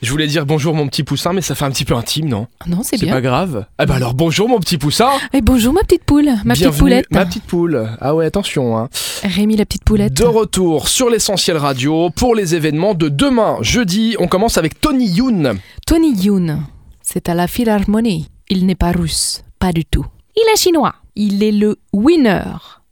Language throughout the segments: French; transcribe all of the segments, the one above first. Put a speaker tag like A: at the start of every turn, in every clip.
A: Je voulais dire bonjour mon petit poussin, mais ça fait un petit peu intime, non
B: Ah Non, c'est
A: C'est
B: bien.
A: pas grave. Eh ben alors bonjour mon petit poussin.
B: Et bonjour ma petite poule, ma petite
A: Bienvenue-
B: poulette.
A: Ma petite poule. Ah ouais, attention. Hein.
B: Rémi la petite poulette.
A: De retour sur l'essentiel radio pour les événements de demain, jeudi. On commence avec Tony Yoon.
B: Tony Yoon, c'est à la Philharmonie. Il n'est pas russe, pas du tout. Il est chinois. Il est le winner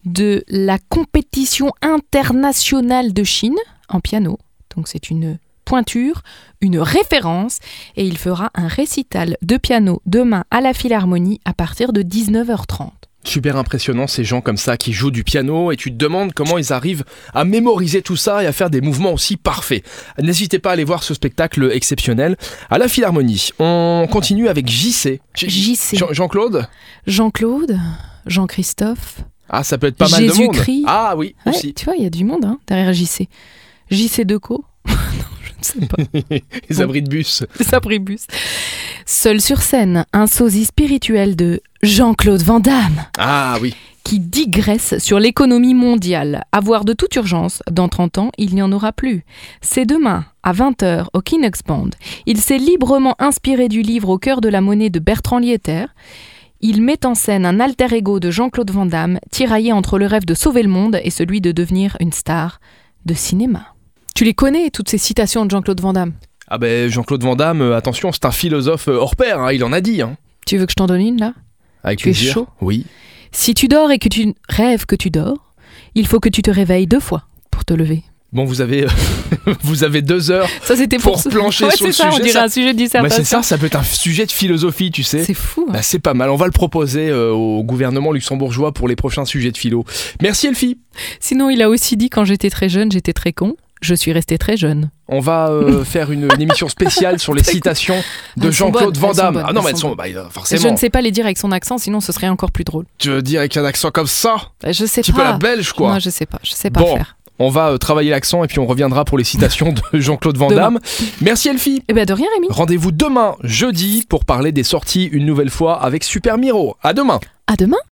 B: de la compétition internationale de Chine en piano. Donc c'est une pointure, une référence, et il fera un récital de piano demain à la Philharmonie à partir de 19h30.
A: Super impressionnant ces gens comme ça qui jouent du piano et tu te demandes comment ils arrivent à mémoriser tout ça et à faire des mouvements aussi parfaits. N'hésitez pas à aller voir ce spectacle exceptionnel à la Philharmonie. On continue avec JC. J-
B: JC,
A: Jean- Jean-Claude
B: Jean-Claude, Jean-Christophe,
A: Ah, ça peut être pas mal de monde.
B: Jésus-Christ.
A: Ah oui,
B: Ouais,
A: aussi.
B: tu vois, il y a du monde hein, derrière JC. JC Deco Non, je ne sais pas.
A: Les abris de bus.
B: Sabribus. Seul sur scène, un sosie spirituel de Jean-Claude Van Damme
A: Ah oui.
B: qui digresse sur l'économie mondiale. Avoir de toute urgence, dans 30 ans, il n'y en aura plus. C'est demain, à 20h, au Kinex Band. Il s'est librement inspiré du livre Au cœur de la monnaie de Bertrand Liéter. Il met en scène un alter ego de Jean-Claude Van Damme, tiraillé entre le rêve de sauver le monde et celui de devenir une star de cinéma. Tu les connais, toutes ces citations de Jean-Claude Van Damme
A: Ah ben Jean-Claude Van Damme, euh, attention, c'est un philosophe euh, hors pair, hein, il en a dit. Hein.
B: Tu veux que je t'en donne une, là
A: Avec
B: Tu es
A: plaisir.
B: chaud
A: Oui.
B: Si tu dors et que tu rêves que tu dors, il faut que tu te réveilles deux fois pour te lever.
A: Bon, vous avez, euh, vous avez deux heures.
B: Ça, c'était pour,
A: Pour plancher
B: ouais,
A: sur le
B: c'est ça,
A: sujet,
B: on dirait
A: ça-
B: un sujet de
A: Bah, c'est ça,
B: dissertation.
A: ça peut être un sujet de philosophie, tu sais.
B: C'est fou. hein.
A: Bah, c'est pas mal, on va le proposer euh, au gouvernement luxembourgeois pour les prochains sujets de philo. Merci Elfie.
B: Sinon, il a aussi dit quand j'étais très jeune, j'étais très con. Je suis resté très jeune.
A: On va euh, faire une, une émission spéciale sur les
B: Très cool.
A: citations de
B: Elles sont
A: Jean-Claude
B: bonnes,
A: Van
B: elles sont
A: Damme.
B: bonnes,
A: ah non,
B: elles
A: mais elles
B: sont
A: sont, bah, euh,
B: Et Je
A: forcément.
B: ne sais pas les dire avec son accent, sinon ce serait encore plus drôle.
A: Tu veux dire avec un accent comme ça,
B: Euh, Je sais
A: un petit peu
B: pas.
A: la belge quoi.
B: Non, je sais pas. Je sais pas
A: Bon.
B: faire.
A: On va euh, travailler l'accent et puis on reviendra pour les citations de Jean-Claude Van
B: Demain.
A: Damme. Merci Elfie.
B: Eh ben de rien, Rémi.
A: Rendez-vous demain, jeudi, pour parler des sorties une nouvelle fois avec Super Miro. À demain!
B: À demain.